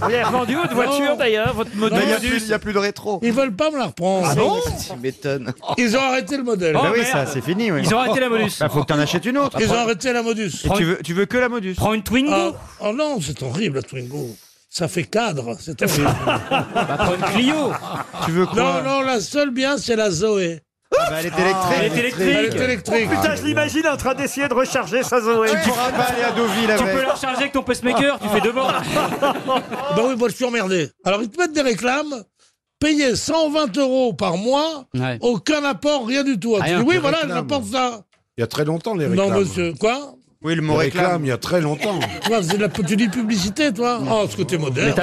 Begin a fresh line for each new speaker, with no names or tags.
Vous l'avez revendu votre voiture d'ailleurs, votre
Non, il y a
modus
plus- il n'y a, plus de rétro.
Ils veulent pas me la reprendre.
Ah
Tu m'étonnes.
Ils ont arrêté le modèle.
Oh,
Bah oui,
merde.
ça, c'est fini. Oui.
Ils ont arrêté la modus.
Bah, faut que t'en achètes une autre.
Ils ont arrêté la modus.
Et tu veux, tu veux que la modus.
Prends une Twingo.
Ah, oh non, c'est horrible la Twingo. Ça fait cadre, c'est horrible.
Prends une Clio.
Tu veux
non,
quoi
non, la seule bien, c'est la Zoé.
Ah, bah, Elle est électrique.
Elle est
Elle est
électrique.
électrique.
Putain, je l'imagine en train d'essayer de recharger sa Zoé.
Tu pourras pas aller à Deauville
Tu peux
avec.
la recharger avec ton pacemaker, tu fais deux bords.
Bah oui, moi, je suis emmerdé. Alors, ils te mettent des réclames, payer 120 euros par mois,
Ouais.
aucun apport, rien du tout.
Ah,
Tu dis,
rien,
oui,
tu
voilà,
réclames.
j'apporte ça.
Il y a très longtemps, les réclames.
Non, monsieur, quoi
Oui, le
Les
mot réclame.
réclames, il y a très longtemps.
Toi, c'est de la- Tu dis publicité, toi Oh, ce que t'es moderne.